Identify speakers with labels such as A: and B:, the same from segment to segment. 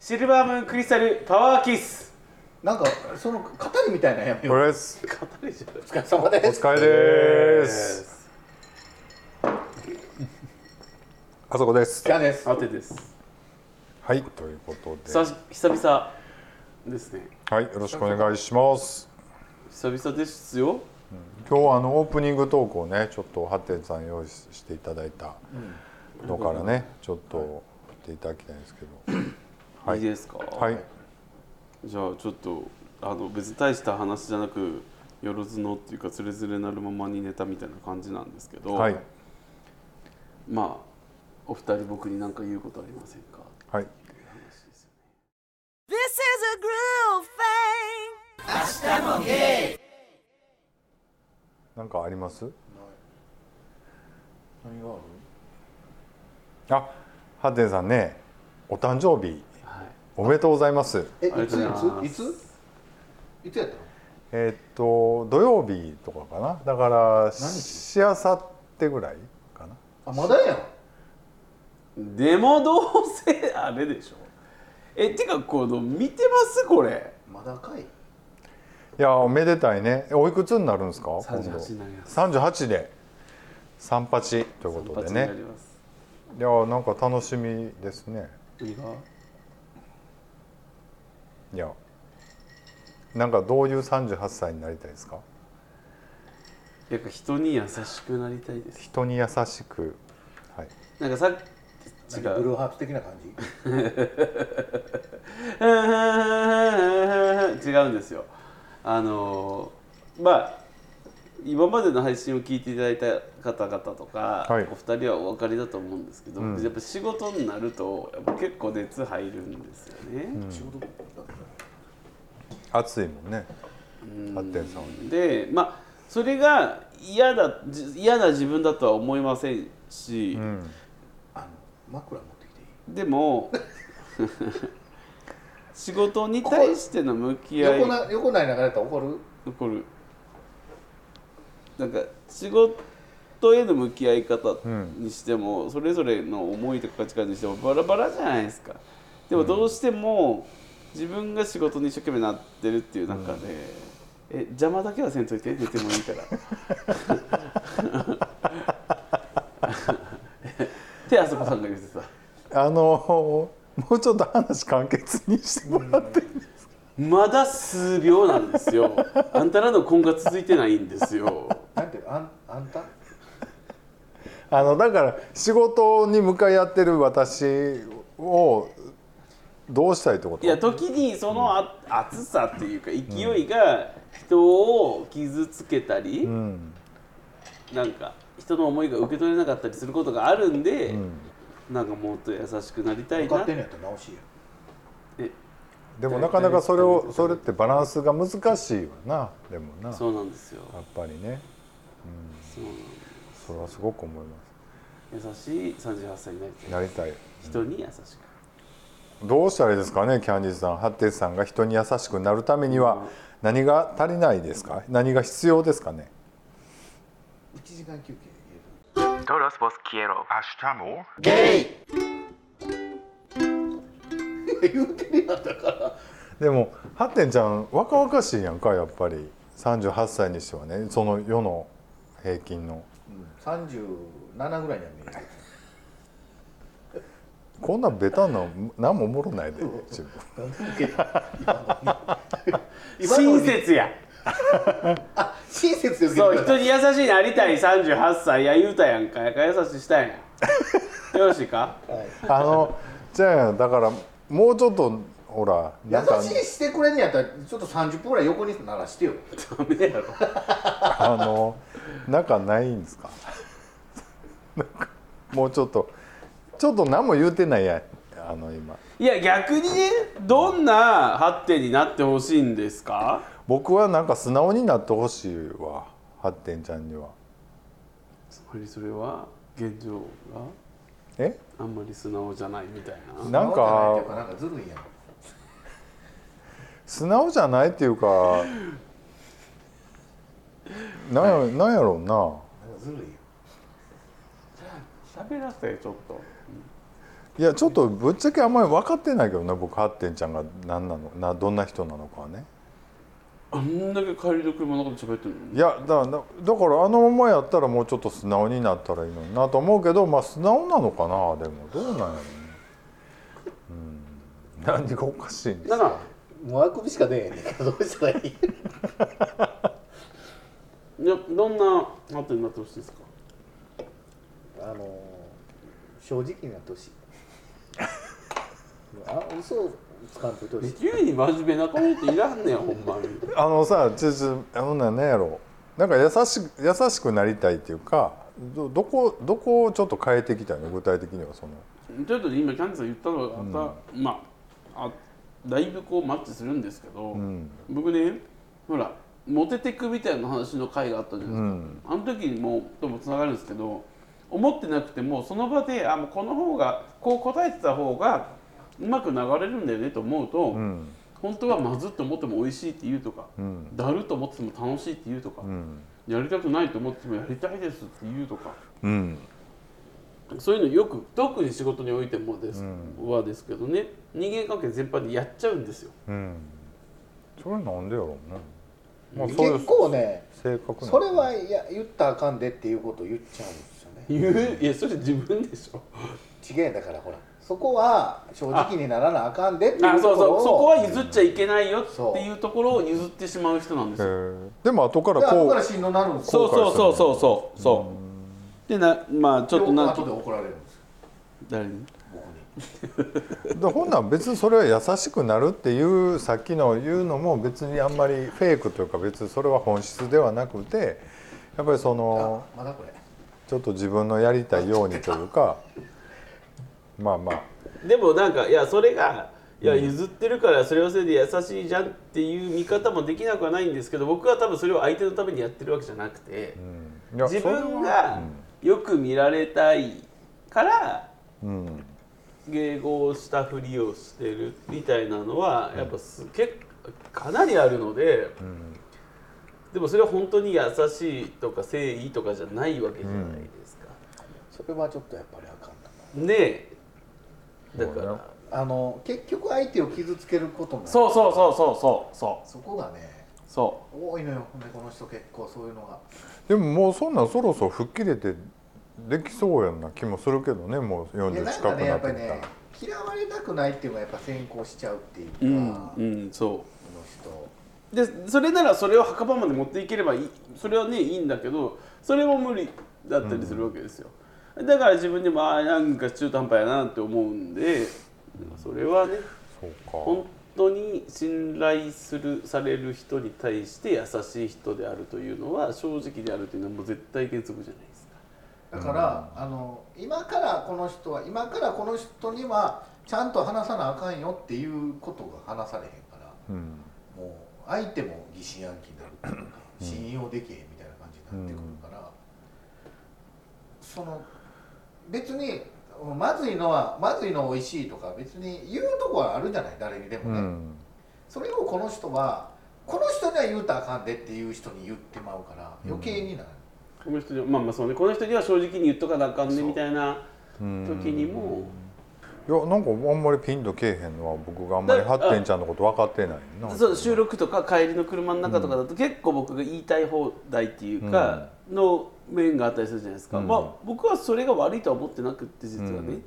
A: シルバームーンクリスタルパワーキス
B: なんかその語りみたいなやめ
C: こ
B: よう
C: れです
A: 語りじゃない
B: お疲れ様で
C: お
B: す
C: 疲れですあそこです
B: キャです
A: あてです
C: はいということで
A: 久し久々ですね
C: はいよろしくお願いします
A: 久々ですよ
C: 今日はあのオープニング投稿ねちょっとハッテンさん用意していただいたのからねちょっと振っていただきたいんですけどはい
A: いいですか
C: はい
A: じゃあちょっとあの別に大した話じゃなくよろずのっていうかつれづれなるままにネタみたいな感じなんですけど、
C: はい
A: まあお二人僕に何か言うことありませんか
C: はい
A: っていう話ですよね
D: This is a groove thing.
C: なんかあります
B: 何がある
C: あハッテンさんねお誕生日
A: はい
C: おめでとうございます
B: えい
A: ありがとうございます
B: ついついついつやったの
C: えーっと土曜日とかかなだからしあさってぐらいかな
B: あまだやん
A: でもどうせあれでしょえてかこの見てますこれ
B: まだかい
C: いやおめでたいねえおいくつになるんですか
A: 38
C: 今度
A: になります
C: 38で三八ということで
A: にな
C: ね
A: ります
C: いやなんか楽しみですね
A: いいない
C: やなんかどういう38歳になりたいですか
A: やっぱ人に優しくなりたいです
C: 人に優しくはい
A: なんかさっき違
B: ブ
A: う
B: ルーハープ的な感じ
A: 違うんですよあのーまあ今までの配信を聞いていただいた方々とか、
C: はい
A: お二人はお分かりだと思うんですけど、
C: うん
A: やっぱ仕事になるとやっぱ結構熱入るんですよね。
B: 仕事だった
C: 暑いもんね
A: うん
C: 発展さんはね
A: でまあそれが嫌だじ嫌な自分だとは思いませんし
C: う、ん
B: あの枕持ってきていい
A: で も仕事に対しての向き合い
B: 横な横ない流れやったら怒る
A: 残るなんか仕事への向き合い方にしても、それぞれの思いとか価値観にしてもバラバラじゃないですかでもどうしても自分が仕事に一生懸命なってるっていう中で、え邪魔だけはせんといて寝てもいいから ってあそこさんが言ってた
C: あのもうちょっと話簡潔にしてもらって、
A: まだ数秒なんですよあんたらの婚が続いてないんですよ
B: なんてあんあんた
C: あのだから仕事に向かい合ってる私をどうしたいってこと
A: いや時にそのあ熱さっていうか勢いが人を傷つけたり、
C: うん
A: なんか人の思いが受け取れなかったりすることがあるんで、
C: うん
A: なんかもっと優しくなりたいな
B: 勝
A: っ
B: 手
A: て
B: にやったら直しや
C: でもなかなかそれをそれってバランスが難しいわなでもなやっ
A: そうなんですよ
C: ぱりね
A: そう
C: それはすごく思いま
A: なんです優しい38歳になり
C: す
A: たい
C: なりたい
A: 人に優し
C: どうしたらいいですかねキャンディーズさんハッテンさんが人に優しくなるためには何が足りないですか何が必要ですかね
B: 1時間休憩入れる
E: Todos vos quiero. Hasta
C: でもハッテンちゃん若々しいやんかやっぱり38歳にしてはねその世の平均の
B: うん37ぐらいには見える
C: こんなベタなの何もおもろないで自分
A: く親切や
B: あ親切で受け
A: そう
B: てく
A: 人
B: れ
A: に優しいなりたい38歳や言うたやんかやから優ししたいなよろしい か
C: あのじゃあだからもうちょっとほらなん
B: た
C: か
B: 優しいしてくれんやったらちょっと30分ぐらい横に鳴らしてよ
A: ダメやろ
C: あのなんかないんですか なんかもうちょっとちょっと何も言うてないやんあの今
A: いや逆にねどんな発展になってほしいんですか
C: 僕はなんか素直になってほしいわハッテンちゃんには
A: つまりそれは現状が
C: え
A: あんまり素直じゃないみたいな
C: なん
B: 直ってないっていう
C: か
B: なんかずるいやん
C: 素直じゃないっていうかなんや,、なんやろうな
B: なんかずるいよ
A: 喋らせてちょっと
C: いやちょっとぶっちゃけあんまり分かってないけどね僕ハッテンちゃんが何なのなどんな人なのかはね
A: あんだけ帰りの車の中で喋ってるのに
C: いやだだだからあのままやったらもうちょっと素直になったらいいのになと思うけどまあ素直なのかなでもどうなんやろね、うん、何がおかしいんだ
A: だから
B: もうあくびしか出えへんねんけどどうしたらいい
A: いやどんな後になってほしいですか
B: あのー正直になってほしいあ嘘をつかんといてほしい
A: 急に真面目な顔っていらんねんほんまに
C: あのさちょちょあのなんやろなんか優し優しくなりたいっていうかどどこどこをちょっと変えてきたいの具体的にはその
A: ちょっと今キャンディーさん言ったのがまた、まああだいぶこうマッチするんですけど、僕ねほらモテテクみたいな話の回があったじゃないですか、あの時にもともつながるんですけど思ってなくてもその場であもうこの方がこう答えてた方がうまく流れるんだよねと思うと、
C: ん
A: 本当はまずっと思っても美味しいって言うとか、だると思ってても楽しいって言うとか、
C: ん
A: やりたくないと思っててもやりたいですって言うとか。
C: うん
A: そういうのよく特に仕事においてもです、はですけどね人間関係全般でやっちゃうんですよ
C: うんそれなんでやろうね、まあ、そういう
B: 結構ね
C: 性格なの
B: それはいや言ったらあかんでっていうことを言っちゃうんですよね
A: 言ういやそれ自分でしょ
B: ちげえだからほらそこは正直にならなあかんでってい
A: あ
B: う
A: そ
B: と
A: う
B: ころ
A: そ
B: を
A: うそこは譲っちゃいけないよ
B: そう
A: っていうところを譲ってしまう人なんです
C: へ
A: よ
C: ーでも後から
B: で後
C: こ
B: から
C: う
B: しんどなるんです
A: そ
B: よ
A: うそうそうそうそうそうでなまあちょっとな
B: 後で怒られるんですよ
A: 誰に
C: でほんなら別にそれは優しくなるっていうさっきの言うのも別にあんまりフェイクというか別にそれは本質ではなくてやっぱりその
B: あまだこれ
C: ちょっと自分のやりたいようにというかまあまあ
A: でもなんかいやそれがいや譲ってるからそれはそれで優しいじゃんっていう見方もできなくはないんですけど僕は多分それを相手のためにやってるわけじゃなくて、
C: いや
A: 自
C: それ
A: 分
C: は
A: がよく見られたいから
C: うん
A: 迎合したふりをしてるみたいなのはやっぱす結構かなりあるので、でもそれは本当に優しいとか誠意とかじゃないわけじゃないですか。
B: それはちょっとやっぱりあかんな
A: ねえだか
C: そう
A: ら
C: だ
B: あの結局相手を傷つけることも
A: そうそうそうそうそうそ
B: そこがね
A: うそ
B: 多いのよほんでこの人結構そういうのが
C: でももうそんなんそろそろ吹っ切れてできそうやんな気もするけどねもう
B: で
C: 40
B: なん
C: 近
B: か
C: く
B: ね
C: な
B: や
C: っ
B: ってぱ
C: き
B: り
C: た
B: ね嫌
C: ら
B: われたくないっていうのがやっぱ先行しちゃうっていうか、
A: うう
B: こ
A: んうんそう。
B: の人
A: でそれならそれを墓場まで持っていければいいそれはねいいんだけどそれも無理だったりするわけですよ、だから自分でもああなんか中途半端やなって思うんでそれはね
C: そう
A: 本当に信頼するされる人に対して優しい人であるというのは正直であるというのはもう絶対原則じゃないですか
B: だから、あの今からこの人は今からこの人にはちゃんと話さなあかんよっていうことが話されへんから
C: かうん
B: もう相手も疑心暗鬼になるっていう か信用できへんみたいな感じになってくるから、その別にまずいのはまずいの美味しいとか別に言うとこはあるじゃない誰にで
C: う
B: もね、
C: ん
B: それをこの人はこの人には言うたらあかんでっていう人に言ってまうから余計になる、
A: この人にまあまあそうねこの人には正直に言っとかなあかんねみたいな
C: うん
A: 時にも
C: いやなんかあんまりピンとけえへんのは僕があんまり
A: だ
C: ハッテンちゃんのこと分かってないな
A: そう収録とか帰りの車の中とかだと結構僕が言いたい放題っていうかの面があったりするじゃないですか、
C: ん
A: まあ僕はそれが悪いとは思ってなくって実はね、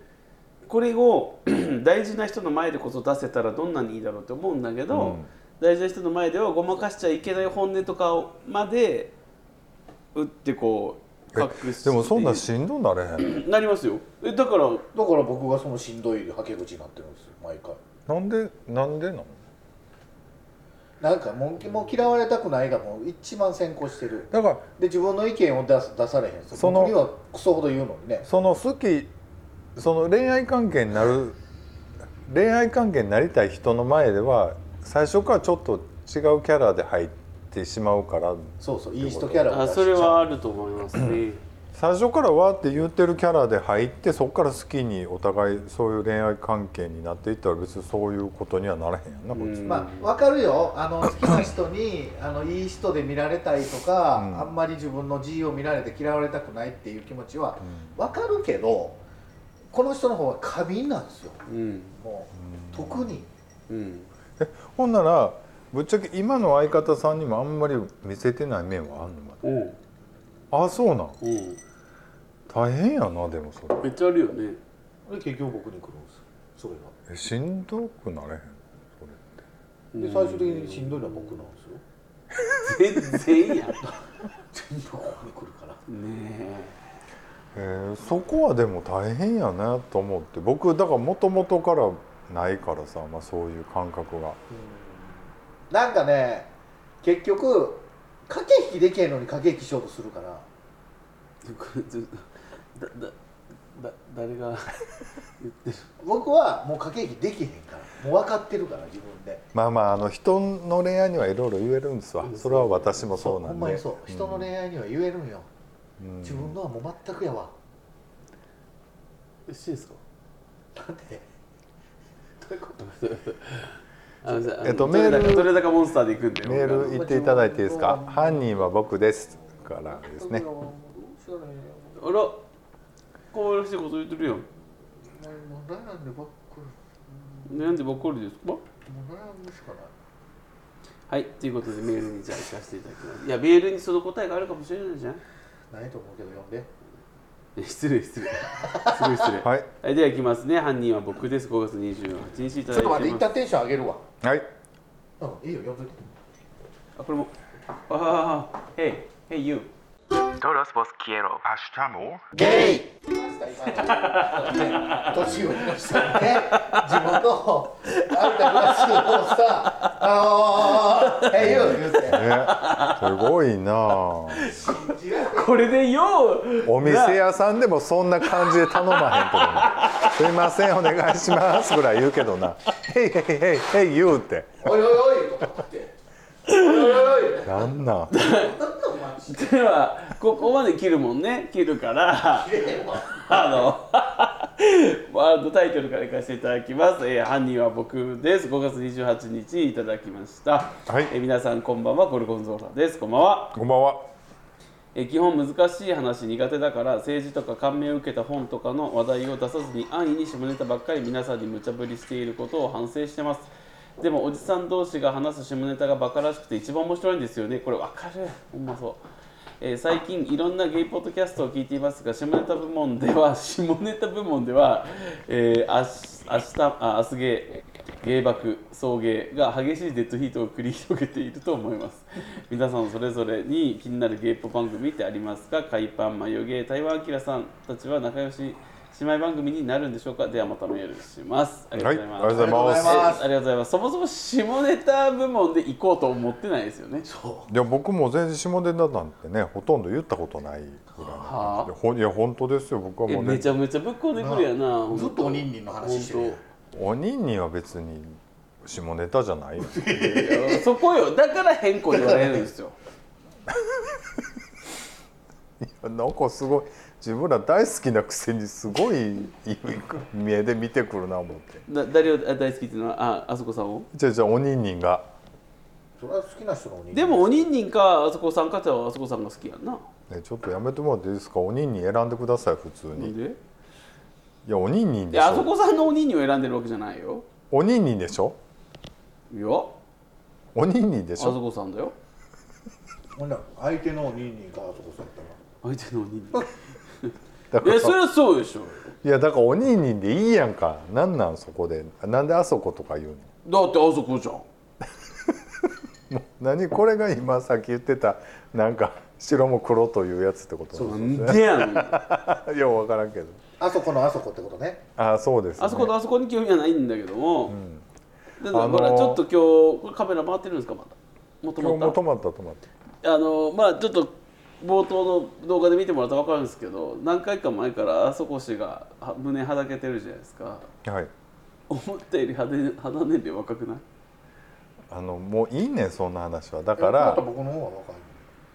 A: これを 大事な人の前でこそ出せたらどんなにいいだろうって思うんだけど、
C: うん
A: 大事な人の前ではごまかしちゃいけない本音とかをまで打ってこう隠して
C: でもそんなしんどなれへん
A: なりますよえだから
B: だから僕がそのしんどいはけ口になってるんですよ毎回
C: なんでなんでなの
B: なんかもうもう嫌われたくないがもう一番先行してる
C: だから
B: で自分の意見を出す出されへん
C: その
B: 僕にはクソほど言うのにね
C: その好きその恋愛関係になる恋愛関係になりたい人の前では最初からちょっと違うキャラで入ってしまうから
B: そうそういい人キャラを
A: あ
B: 出し
A: そ
B: ち
A: れ
B: ゃう
A: はあると思いますね
C: 最初からわーって言ってるキャラで入ってそこから好きにお互いそういう恋愛関係になっていったら別にそういうことにはならへんやんなこっち
A: うん
B: まあわかるよあの好きな人に あのいい人で見られたいとか、
C: うん
B: あんまり自分の自由を見られて嫌われたくないっていう気持ちはわかるけど、この人の方は過敏なんですよ
A: うん
B: もう特に
A: うん
C: ほんならぶっちゃけ今の相方さんにもあんまり見せてない面はあんのまだ
A: うん
C: あそうなん
A: うん
C: 大変やなでもそれ
A: めっちゃあるよね
B: で結局僕に来るんですよそれが
C: えしんどくなれへんそれ
B: で最終的にしんどいのは僕なんですよ
A: 全然やんね
B: 全部ここに来るから
A: え
C: えーそこはでも大変やなと思って僕だからもともとからないからさ、まあ、そういう感覚が
B: なんかね結局駆け引きできへんのに駆け引きしようとするから
A: これちょっとだだだ誰が言ってる
B: 僕はもう駆け引きできへんからもう分かってるから自分で
C: まあまああの人の恋愛にはいろいろ言えるんですわそれは私もそうな
B: ほん
C: ん
B: ま
C: で
B: にそう人の恋愛には言えるんよ、
C: うん
B: 自分のはもう全くやわ
A: 嬉しいですか
B: なんで
A: あのさ
C: えっと
A: あの取れ高
C: メール
A: 取れ高モンスターで行くんで
C: メール言っていただいていいですか「犯人は僕です」からですね
B: もうどうしようね
A: あら可愛らしいこと言ってるやん
B: もうもう悩んでばっか
A: なんでばっかりですか
B: りもう悩むしかない
A: はいということでメールにじゃあ行かせていただきますいやメールにその答えがあるかもしれないじゃん
B: ないと思うけど読んで
A: え失礼失礼すごい失礼
C: はい
A: はい、では行きますね。犯人は僕です。5月28日いただ
B: ち
A: い
B: ょってと
A: ます。
B: 待って一旦テンション上げるわ
C: はい
B: うんいいよ読んで
A: あ、これも。ああ、Hey, Hey you。
E: Todos vos quiero. Pashtamo.
B: ゲイ年を生かしたらね自分のあんたの足をさ「あのー、えいよ」言うて
C: ねすごいな あ
A: これでよう。
C: お店屋さんでもそんな感じで頼まへんと思うなすいませんお願いします」ぐらい言うけどな「へいへいへいへい」言うて
B: 「おいおいおい」とかって「おいおいおい」
C: な んなん
A: では、ここまで切るもんね。切るから。あの、ワールドタイトルからいかせていただきます。えー犯人は僕です。5月28日いただきました。
C: はい
A: えー皆さんこんばんは。ゴルゴンゾーラです。こんばんは。
C: こんばんは
A: えー基本難しい話苦手だから政治とか感銘を受けた本とかの話題を出さずに安易に下ネタばっかり皆さんに無茶ぶりしていることを反省してますでもおじさん同士が話す下ネタがバカらしくて一番面白いんですよねこれわかるほんまそうえー最近いろんなゲイポッドキャストを聞いていますが下ネタ部門では下ネタ部門では、えー、あし明日あ明日ゲー芸爆送迎が激しいデッドヒートを繰り広げていると思い ます皆さんそれぞれに気になるゲイポ番組ってありますか海パンマヨゲー台湾アキラさんたちは仲良し姉妹番組になるんでしょうかではまたメールしますありが
C: はいあ
A: と
C: り
A: うござい
C: が
A: ます、
C: とうございま
B: ありがとうございま
C: す
A: ありがとうございますそもそも下ネタ部門で行こうと思ってないですよね
C: いや僕も全然下ネタなんてねほとんど言ったことないぐらいの感じでほんいや本当ですよ僕は
A: え
C: もう
A: め
C: ね
A: ちゃめちゃぶっこんでくるやな
B: ずっとおにんにんの話してる
A: 本当
C: おにんには別に下ネタじゃないよ
A: いやそこよだから変更言われるんです よ
C: なんかすごい自分ら大好きなくせにすごい目で見てくるな思って
A: だ誰をあ大好きっていうのはああそこさんを
C: じゃあじゃあおにんにんが
B: それは好きな人のおにんにん
A: でもおにんにんかあそこさんかちゃはあそこさんが好きやんな
C: ね、ちょっとやめてもらっていいですかおにんにん選んでください普通
A: な
C: に
A: んで
C: いやおにんにん
A: い
C: でし
A: やあそ
C: ょ
A: こさんのおにんにんを選んでるわけじゃないよ
C: おにんにんでしょ
A: いやあ
C: おにんにんでし
A: そ
C: ょ
A: こさんだよ
B: ほんなら相手のおにんにんかあそこさったら
A: 相手のおにんにん
C: だから
A: えそれはそうでしょ
C: いやだからおにんにんでいいやんかなんなんそこでなんであそことか言うの
A: だってあそこじゃん
C: 何これが今さっき言ってたなんか白も黒というやつってことなん
A: なんでやねん
C: です よう分からんけど
B: あそこのあそこってことね
C: あそうです、ね、
A: あそこのあそこに興味はないんだけども、だから
C: あのー
A: ほらちょっと今日これカメラ回ってるんですかまだもっと
C: 今日
A: も
C: も
A: っと
C: 止まった止まった
A: あのーまあちょっと冒頭の動画で見てもらったら分かるんですけど何回か前からあそこ氏がは胸はだけてるじゃないですか
C: はい、
A: 思ったより肌年肌年齢若くない
C: あのもういいねんそんな話はだ
B: だ
C: から
B: 僕の方が若い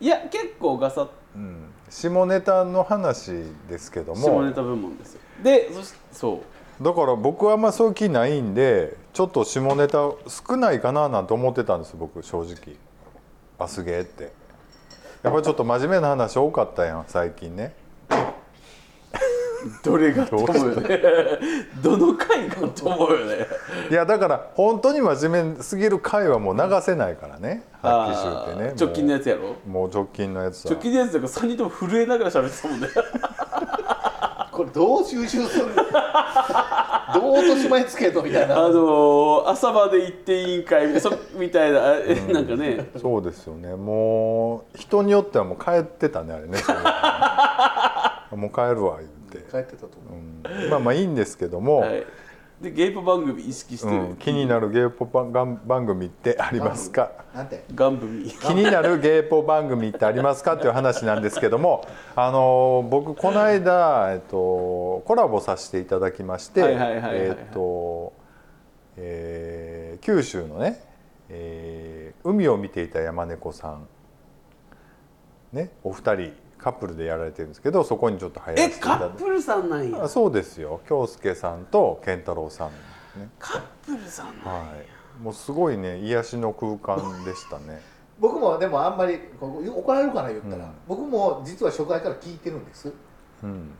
A: いや結構ガサッ
C: うん、下ネタの話ですけど
A: 下
C: も
A: ネタ部門ですよでそしそう
C: だから僕はあんまそういう気ないんでちょっと下ネタ少ないかななんて思ってたんです僕正直あすげえってやっぱりちょっと真面目な話多かったやん最近ね
A: どれがと思うよね どの回がと思うよね
C: いやだから本当に真面目すぎる回はもう流せないからね発揮集って ね
A: あー直近のやつやろ
C: もう直近のやつは
A: 直近のやつとか3人とも震えながら喋ってたもんね
B: これ どう収集するどう落とし前つけとみたい
A: あ
B: な
A: のー朝まで行っていいんかいそ みたいなあえなんかね
C: そうですよねもう人によってはもう帰ってたねあれ ねそうもう帰るわ言って、
B: 帰ってたと思う、
C: うんまあまあいいんですけども、
A: はいでゲイポ番組意識してる、
C: うん、気になるゲーポ番番組ってありますか
B: なんて
A: ガンブミ
C: 気になるゲーポ番組ってありますかっていう話なんですけども、あの僕この間えっとコラボさせていただきまして、
A: はいはいはいはいはい
C: えっと、えー九州のね、えー海を見ていた山猫さん、ね、お二人カップルでやられてるんですけど、そこにちょっと入ら
A: え
C: せていた
A: カ
C: だい
A: ッ
C: て
A: プルさんなんや
C: あ、そうですよ。京介さんと健太郎さん、ね、
A: カップルさんなんや
C: はい、もうすごいね癒しの空間でしたね。
B: 僕もでもあんまりこう怒られるかな言ったら、
C: うん
B: 僕も実は初回から聞いてるんです
C: うん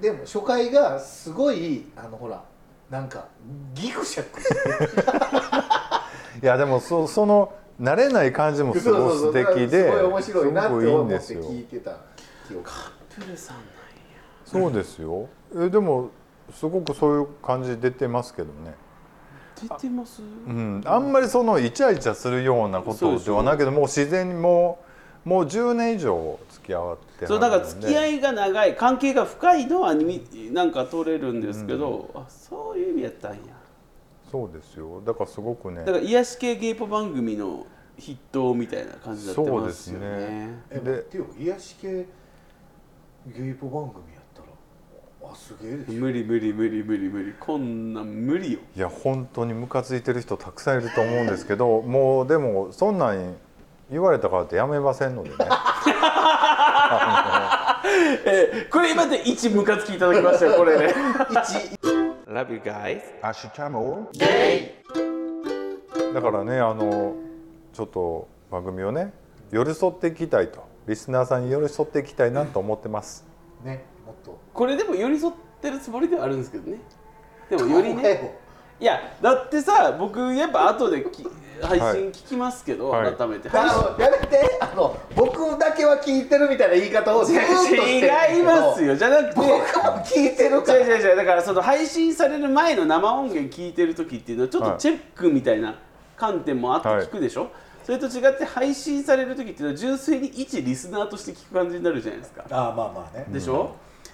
B: でも初回がすごいあのほらなんかギクシャ クして
C: いやでもそその慣れない感じもすごい素敵で、
B: すごい面白いなって
C: すごくいい
B: 思
C: ん
B: って
C: ですよ。
B: 聞いてた記憶
A: カップルさんなんや
C: そうですよ。えでもすごくそういう感じ出てますけどね。
A: 出てます
C: うん、あんまりそのイチャイチャするようなこ
A: そう
C: と
A: でし
C: で
A: ょ
C: はないけど、もう自然にもうもう10年以上付き合わって
A: そうだから付き合
C: い
A: いが長い関係が深いのはになんか取れるんですけど、あそういう意味やったんや
C: そうですよ。だからすごくね
A: だか。ら癒し系ゲイポ番組の筆頭みたいな感じになって
C: そう
A: ま
C: ですす
A: よね
C: ね。
B: え
C: で
B: っていうか癒し系ゲイポ番組やったらあすげえでしょ
A: 無理無理無理無理無理こんなん無理よ
C: いや本当にムカついてる人たくさんいると思うんですけどもうでもそんなん言われたからってやめませんのでね
A: えーこれ今で一ムカつきいただきましたよこれ ね
B: 一
A: ラ you guys
E: 明日も
C: だからねあのちょっと番組をね寄り添っていきたいとリスナーさんに寄り添っていきたいなと思ってます
B: ねもっと
A: これでも寄り添ってるつもりではあるんですけどねでもよりね
B: ね
A: いやだってさ僕やっぱ後でき配信聞きますけど、
C: はい
A: 改めて、配信
B: あのやめてあの僕だけは聞いてるみたいな言い方をずっとしてるんだけど
A: 違いますよじゃなくて
B: 僕も聞いてるから
A: 違う違う違うだからその配信される前の生音源聞いてる時っていうのはちょっ
C: は
A: と
C: い
A: チェックみたいな観点もあって
C: はい
A: 聞くでしょ、それと違って配信される時っていうのは純粋に一リスナーとして聞く感じになるじゃないですか
B: ああまあまあね
A: でしょ、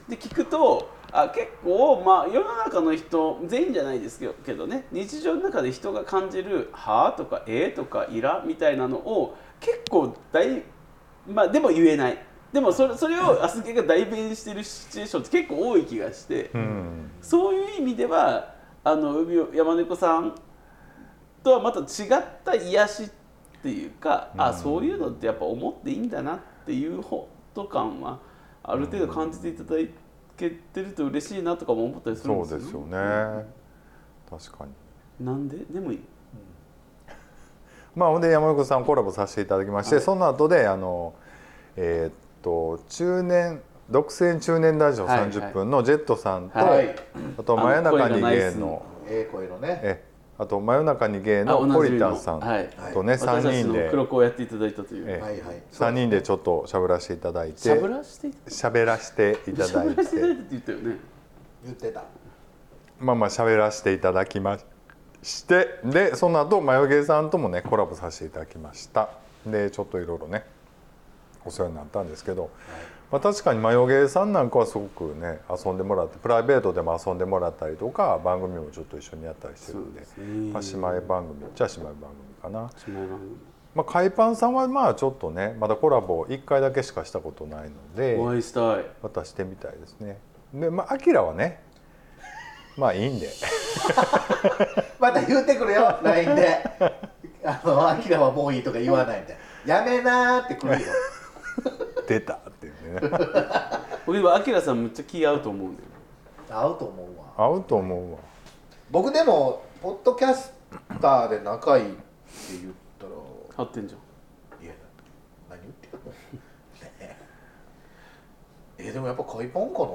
A: で聞くとあ結構まあ世の中の人全員じゃないですけどけどね日常の中で人が感じる「はあ?」とか「えー?」とか「いら?」みたいなのを結構大まあでも言えないでもそれそれをアスケが代弁してるシチュエーションって結構多い気がして、
C: うん
A: そういう意味ではあの海を山猫さんとはまた違った癒しっていうか、あそういうのってやっぱ思っていいんだなっていうほっと感はある程度感じていただけてると嬉しいなとかも思ったりするん
C: そ
A: で
C: う
A: すよ
C: ですよね確かに
A: なんででもいい
C: まあほんで山横さんコラボさせていただきまして、その後であのえーっと中年独占中年ラジオ
A: はいはい
C: 30分のジェットさんと、
A: はい
C: あと真夜中
A: あ
C: に
A: の声がナイ
C: 芸
A: ス
C: の
A: の
B: ええ声のね
C: えあと真夜中に芸
A: あ
C: の
A: おなじ
C: ポ
A: みの
C: リタンさん
A: はい
C: とね、
A: 私
C: 三
A: たち
C: 人
A: の
C: で
A: 黒子をやっていただいたという
C: え
B: はいはい
C: 三人でちょっと喋らせていただいて
A: しゃぶらしていた
C: 喋らせていた
A: しゃ
C: だ
A: ぶ
C: い
A: らしていただいた
C: て
A: って言ったよね
B: 言ってた
C: まあまあ喋らせていただきましてでその後マヨゲーさんともねコラボさせていただきましたでちょっといろいろねお世話になったんですけど、まあ、確かにマヨゲーさんなんかはすごくね遊んでもらってプライベートでも遊んでもらったりとか番組もちょっと一緒にやったりしてるんで
A: そうですね
C: まあ、姉妹番組じゃあ姉妹番組かな。
A: しまいま
C: まあ、海パンさんはまあちょっとねまだコラボ1回だけしかしたことないので
A: お会いしたい
C: またしてみたいですねでまあアキラはねまあいいんで
B: また言ってくるよ LINE で「あのアキラはもういい」とか言わないみたいな「やめな」ってくるよ
C: 出たっていうね
A: 俺はアキラさんめっちゃ気合うと思うんだよ
B: 合うと思うわ
C: 合うと思うわ
B: 僕でもポッドキャスターで仲いいって言ったら
A: 張ってんじゃん
B: いや何言ってんのねええでもやっぱ海パンかな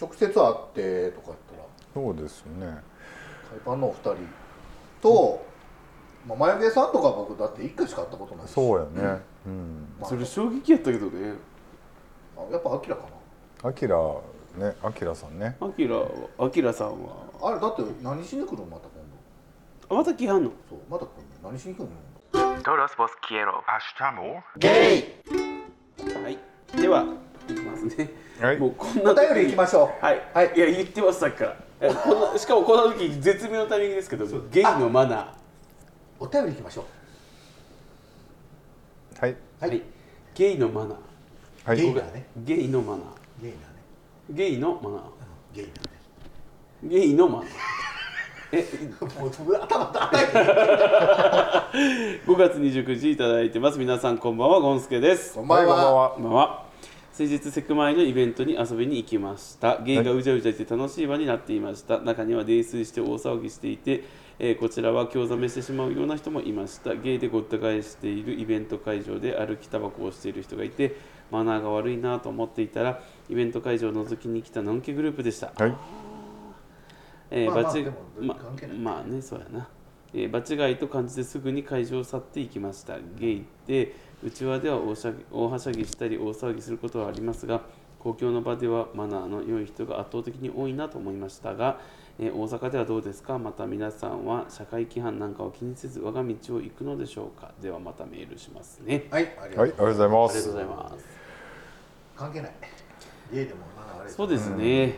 B: 直接会ってとかやったら
C: そうですね
B: 海パンのお二人と、まあ、眉毛さんとか僕だって一回しか会ったことないし
C: そうやねうん
B: まあ
A: それ衝撃やったけどね
B: あやっぱアキラかな
C: あきらねあきらさんね
A: アキラはアキラさんは
B: あれだって何しに来るのまた今度
A: あまた来はんの
B: そうまた今度何しに来るの
E: Todos vos quiero. Hasta more.
B: ゲイ
A: はいではいきますね
C: はい
A: もうこんな
B: お便り行きましょう
A: はい、
B: はい
A: いや言ってますさっきからえこんなしかもこんな時絶妙なタイミングですけどゲイのマナー
B: お便り行きましょ
C: はい
B: はい
A: ゲイのマナー
C: は
B: うゲイ
C: い
B: だね
A: ゲイのマナ
B: ゲイだね
A: ーゲイのマナ
B: ゲイだね
A: ーゲイのマナーえ
B: もう頭叩いてる
A: 5月29日いただいてます皆さんこんばんはゴンスケです
B: こんば
C: はい
B: ん
C: こんばん
B: は
A: こ
C: は
A: んばんは先日セクマイのイベントに遊びに行きましたゲイがうじゃうじゃして楽しい場になっていました中には泥酔して大騒ぎしていて、えーこちらは興ざめしてしまうような人もいましたゲイでごった返しているイベント会場で歩きタバコをしている人がいてマナーが悪いなと思っていたらイベント会場を覗きに来たのんけグループでした、
C: はい
A: えー
B: まあまあ
A: 場違い
B: でも
A: ま
B: 関係ない
A: まあねそうやな、えー場違いと感じてすぐに会場を去っていきましたゲイって内輪では大しゃぎ大はしゃぎしたり大騒ぎすることはありますが公共の場ではマナーの良い人が圧倒的に多いなと思いましたが、えー大阪ではどうですかまた皆さんは社会規範なんかを気にせず我が道を行くのでしょうかではまたメールしますね
B: はいあり
C: はいあ
B: が
C: り
B: とう
C: がとう
A: ありが
C: ございま
A: とう
C: す
A: ございます
B: 関係ないゲイでもまだあれ
A: そうですね、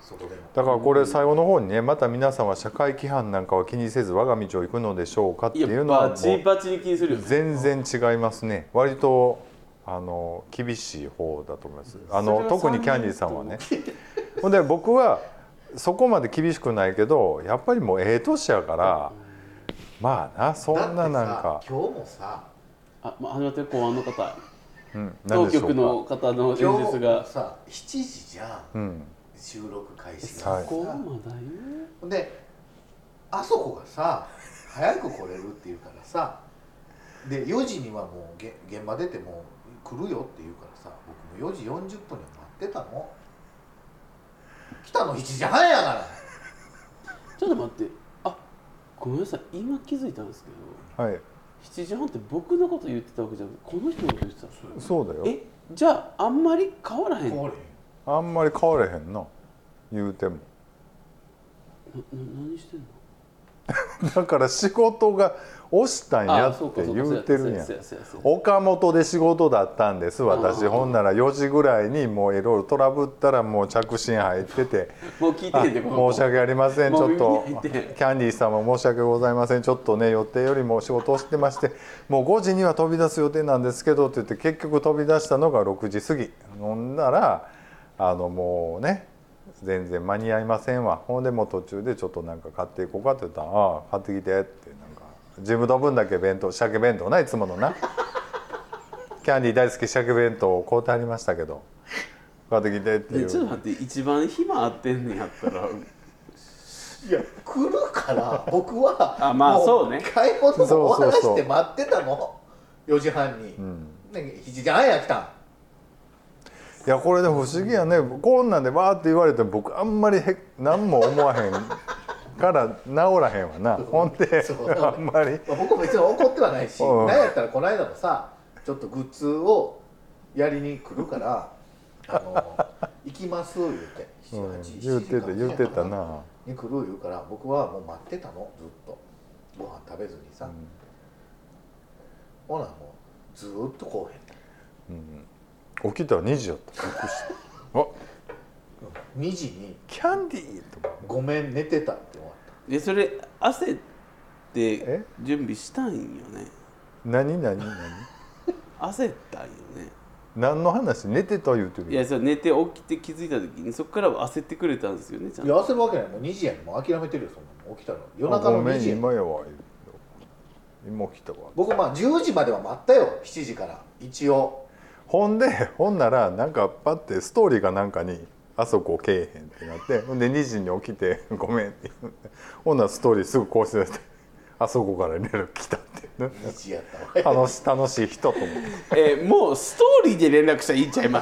B: そこでも
C: だからこれ最後の方にねまた皆さんは社会規範なんかは気にせず我が道を行くのでしょうかって
A: い
C: い
A: や
C: うのはも
A: バ
C: う
A: チバチに気にするよね
C: 全然違いますね割とあの厳しい方だと思いますあ
A: それ
C: の
A: は
C: 特に
A: 三人
C: キャンディーさんはねほんで僕はそこまで厳しくないけどやっぱりもうええ年やからまあなそんななん
B: だっ
C: か
B: てさ今日もさ
A: あ、まあ、始まってる公安の方
C: うん何
A: 当
C: でしょう
A: 局
C: か
A: の方の演
B: 今日
A: 説
B: も
A: が
B: さ7時じゃん
C: うん
B: 収録開始が
C: はい
B: さ
A: こうまだよ
B: ほんであそこがさ早く来れるって言うからさで4時にはもうげ現場出てもう来るよって言うからさ僕も4時40分には待ってたの来たの7時半やから
A: ちょっと待ってあごめんなさい今気づいたんですけど
C: はい
A: 7時半って僕のこと言ってたわけじゃなくてこの人のこと言ってたんですよ
C: そうだよ
A: えじゃああんまり変わらへん
B: 来れへ
A: なん
C: あんまり変われへんな言うても
A: 何してんの
C: だから仕事が押したんや
A: あ
C: っ
A: そう
C: て
A: かそうか
C: 言うてるんや
A: そうやそうやそうやそうや
C: 岡本で仕事だったんです私
A: あー
C: ほんなら4時ぐらいにもういろいろトラブったらもう着信入ってて
A: もう聞いて
C: あ
A: へんって
C: 申し訳ありませんち
A: もう
C: ょっと
A: 耳に入ってん
C: キャンディーさんも申し訳ございませんちょっとね予定よりも仕事をしてましてもう5時には飛び出す予定なんですけどって言って結局飛び出したのが6時過ぎ飲んだらあのもうね全然間に合いませんわほんでもう途中でちょっとなんか買っていこうかって言ったら「ああ買ってきて」ってなんか自分の分だけ弁当鮭弁当ないつも のなキャンディー大好き鮭弁当を買うてありましたけど買ってきてってい
A: えちょっ
C: う
A: と待って一番暇あってんねんやったら
B: いや来る から僕は
A: あまあ
B: も
A: そうね
B: 買い物も終わら
C: そう
B: し
C: そ
B: て
C: うそう
B: 待ってたの4時半に、ね7時半や来たん
C: いやこれで不思議やねこんなんでわーって言われても僕あんまりへ何も思わへんから治らへんわなほんで
B: そう
C: あんまり
B: まあ、僕も別に怒ってはないし、
C: うん
B: なんやったらこの間もさちょっとグッズをやりに来るから「あの行きます」言って
C: うん
B: 7 8
C: 言うてた
B: 7
C: 言うてたな
B: に来る言うから僕はもう待ってたのずっとご飯食べずにさ、ほなもうずーっと来
C: 起きたら2時やったびっくりしたあ
B: へん2時に
C: キャンディーとか
B: 「ごめん寝てた」って終わっ
A: えそれ焦って
C: え
A: 準備したんよね
C: 何何何
A: 焦ったんよね
C: 何の話寝てた言うて
A: いや
C: る
A: それ寝て起きて気づいた時にそこからは焦ってくれたんですよねちゃ
B: た
A: ん
B: い
A: と
B: や焦るわけないもう2時やんもう諦めてるよそんなの起きたら夜
C: あ
B: 中
C: ご
B: の
C: め
B: 2
C: ん
B: 時やん
C: 今やわ言うて今起きたわ
B: 僕まあ10時までは待ったよ7時から一応。
C: ほんでほんならなんかパッてストーリーかなんかに「あそこけえへん」ってなってほんで2時に起きて 「ごめん」って言うほんならストーリーすぐ更新されて「あそこから連絡来た」って
B: 日や ったわ
C: 楽し楽しい人と思って
A: えーもうストーリーで連絡したらいいんちゃいま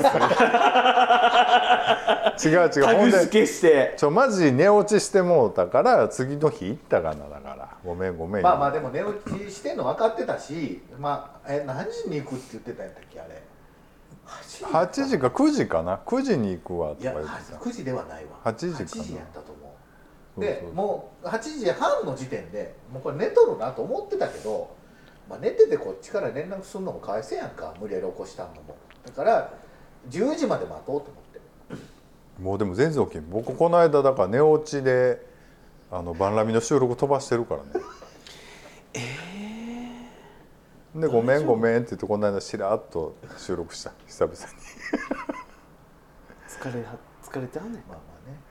A: す
C: 違う違う
A: タ
C: ほ
A: グ
C: ん
A: 付
C: で
A: けして
C: ちょマジ寝落ちしてもうたから次の日行ったがなだからごめんごめん
B: まあまあでも寝落ちしてんの分かってたし、まあ、え何時に行くって言ってたんやったっけあれ
C: 8時か9時かな9時に行くわと
B: いや
C: か言ってた
B: 9時ではないわ
C: 8時かな
B: 8やったと思う
C: そうそう
B: でもう8時半の時点でもうこれ寝とるなと思ってたけど、まあ、寝ててこっちから連絡するのも返せやんか無理やり起こしたんのもだから10時まで待とうと思って
C: もうでも全然 OK 僕この間だから寝落ちであのバンラミの収録飛ばしてるからねで「ごめんごめん」って言ってこの間しらっと収録した久々に
A: 疲れは疲れてはんねん
B: まあ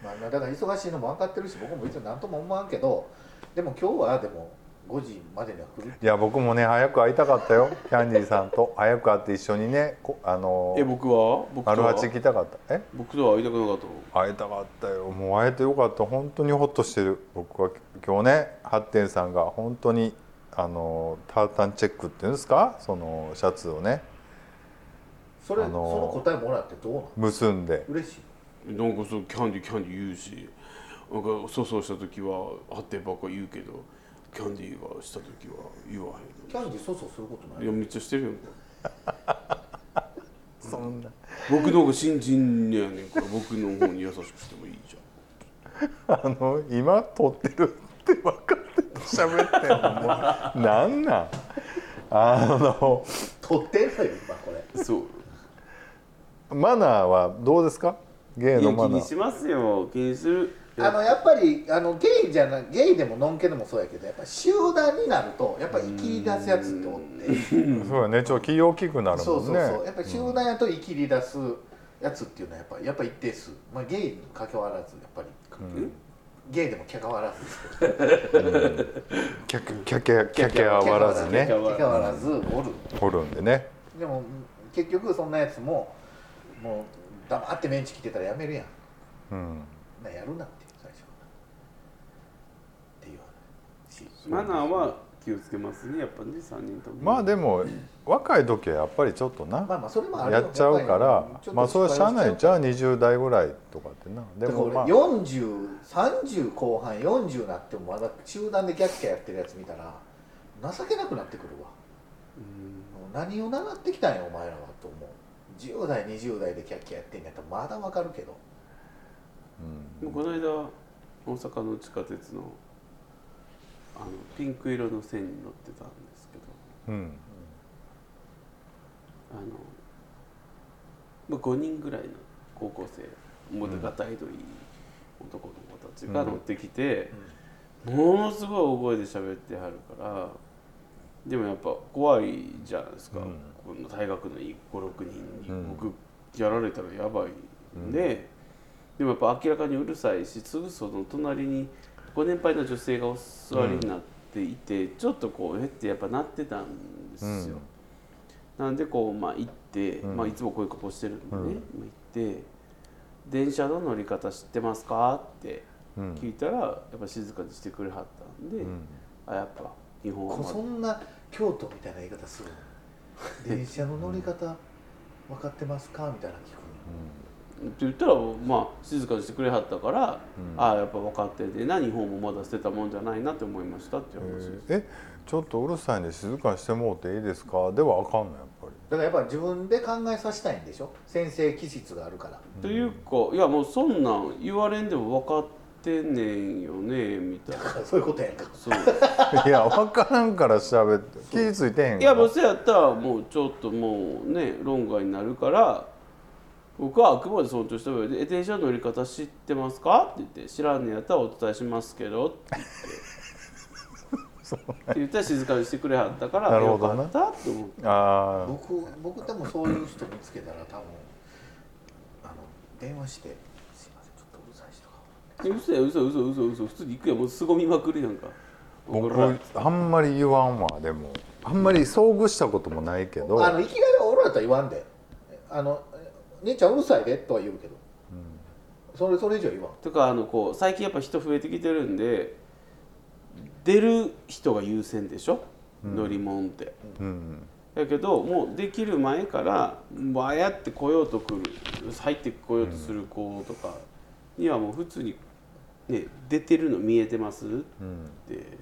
B: まあね、まあ、だから忙しいのも分かってるし僕も別に何とも思わんけどでも今日はでも5時までには来る
C: いや僕もね早く会いたかったよキャンディーさんと早く会って一緒にねこあの
A: え僕は僕と
C: アル
A: は
C: ハチ行きたかったえ
A: 僕とは会いたくなかったの
C: 会えたかったよもう会えてよかった本当にホッとしてる僕は今日ねハッテンさんが本当にあのタータンチェックっていうんですかそのシャツをね
B: それ、
C: あのー
B: その答えもらってどうなの
C: 結んで
B: 嬉しい
A: なんかそうキャンディーキャンディー言うしなんか粗相した時は発展ばっか言うけどキャンディーがした時は言わ
B: キャンディー粗相すること
A: へん
B: ない
A: いやめっちゃして るよ
C: そんな
A: 僕の方が新人やねんから僕の方に優しくしてもいいじゃ
C: あの今撮ってるって分かってて喋ってんのもうなんなんあの
B: 取ってんのよ今これ
A: んそう
C: マナーはどうですか芸
A: いや
C: の
A: 気
C: マナ
A: に
C: ー
A: しますよ気にする
B: あのやっぱりあのゲイじゃないゲイでもノンケでもそうやけどやっぱ集団になるとやっぱり生きり出すやつっておって
C: そうやねちょっと気大きくなる
B: そう
C: も
B: そうんそう
C: ね
B: やっぱり集団やと生きり出すやつっていうのはやっぱやっぱ一定数、まあ、ゲイにかかわらずやっぱり、ゲイでもかかわらず
C: キャキャキャキャキャキャ割らず
A: キャキャ
C: ね
B: かかわらずおる
C: おるんでね
B: でも結局そんなやつももう黙ってメンチ切ってたらやめるやん
C: うん
B: なやるなっていう最初はっていう話
A: マナーは気をつけますねやっぱね3人とも
C: まあでも若い時はやっぱりちょっとな、
B: まあまあそれもあるよ
C: やっちゃうから
B: やっぱりちょっと
C: まあそれはしゃあないじゃあ20代ぐらいとかってなで
B: で
C: も
B: も
C: まあ
B: 4030後半40なってもまだ集団でギャッキャやってるやつ見たら情けなくなってくるわもう何を習ってきたんやお前らはと思う10代20代でキャッキャやってんやったらまだわかるけど
A: でもこの間大阪の地下鉄のあのピンク色の線に乗ってたんですけど
C: うん
A: あの、まあ、5人ぐらいの高校生もうが態度いい男の子たちが乗ってきて、ものすごい大声で喋ってはるからでもやっぱ怖いじゃないですか、この大学のいい56人に、
C: うん
A: 僕やられたらやばいんで、でもやっぱ明らかにうるさいしすぐその隣にご年配の女性がお座りになっていて、ちょっとこうえってやっぱなってたんですよ。なんでこうまあ行って、
C: ん
A: まあいつもこういう格好してるんでね、まあ行って「電車の乗り方知ってますか?」って
C: うん
A: 聞いたらやっぱ静かにしてくれはったんで、
C: ん
A: あやっぱ日本はまだ
B: そんな京都みたいな言い方する の電車の乗り方分かってますかみたいなの聞く
A: って言ったらまあ静かにしてくれはったから、ああやっぱ分かっててな日本もまだ捨てたもんじゃないなって思いましたっていう話です、
C: えちょっとうるさいんで静かにしてもうていいですかではあかんのやっぱり
B: だからやっぱ自分で考えさせたいんでしょ先生気質があるから
A: というかいやもうそんなん言われんでも分かってんねんよねみたいな
B: そういうことやんか
A: そう。
C: いや分からんから喋って気ぃ付いてへん
A: いや
C: か
A: も
C: ら
A: うそやったらもうちょっともうね論外になるから僕はあくまで尊重した上でえ「電車の乗り方知ってますか?」って言って「知らんのやったらお伝えしますけ ど」って言ってって言ったら静かにしてくれはったから
C: なる
A: よ
C: ほど
A: か
C: ね
A: ったって思って
C: あー
B: 僕僕でもそういう人見つけたら多分あの電話して「すいませんちょっとうるさい人が
A: 嘘や嘘嘘嘘嘘普通に行くやんもう凄みまくるやんか
C: 僕
A: 怒られる
C: あんまり言わんわでもあんまり遭遇したこともないけど
B: あのいきなり俺らとは言わんで「あの姉ちゃんうるさいで」とは言うけど、それそれ以上は言わん
A: とかあのこう最近やっぱ人増えてきてるんで出る人が優先でしょ、乗り物って。
C: うん、
A: だけどもうできる前からもうああやって来ようと来る入ってこようとする子とかにはもう普通に、ね「出てるの見えてます?」って。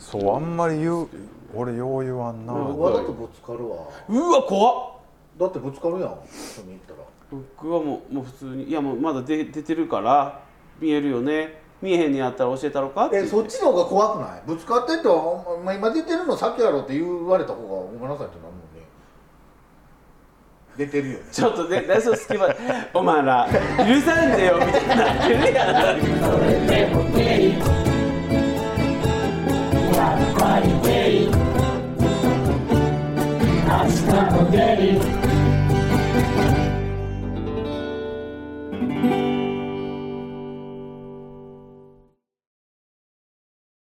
C: そうあんまり言う俺よう言わんな
B: 僕はだってぶつかるわ
A: うわ怖っ
B: だってぶつかるやん一緒に行ったら
A: 僕はもうもう普通に「いやもうまだ出出てるから見えるよね見えへんにやったら教えたろか」って言
B: え
A: って
B: そっちの方が怖くないぶつかってってお前今出てるの先やろって言われた方がごめんなさいってなるもんね出てるよね
A: ちょっとね大丈隙間お前ら許さんでよみたいになってるやん
F: Hasta Spaghetti.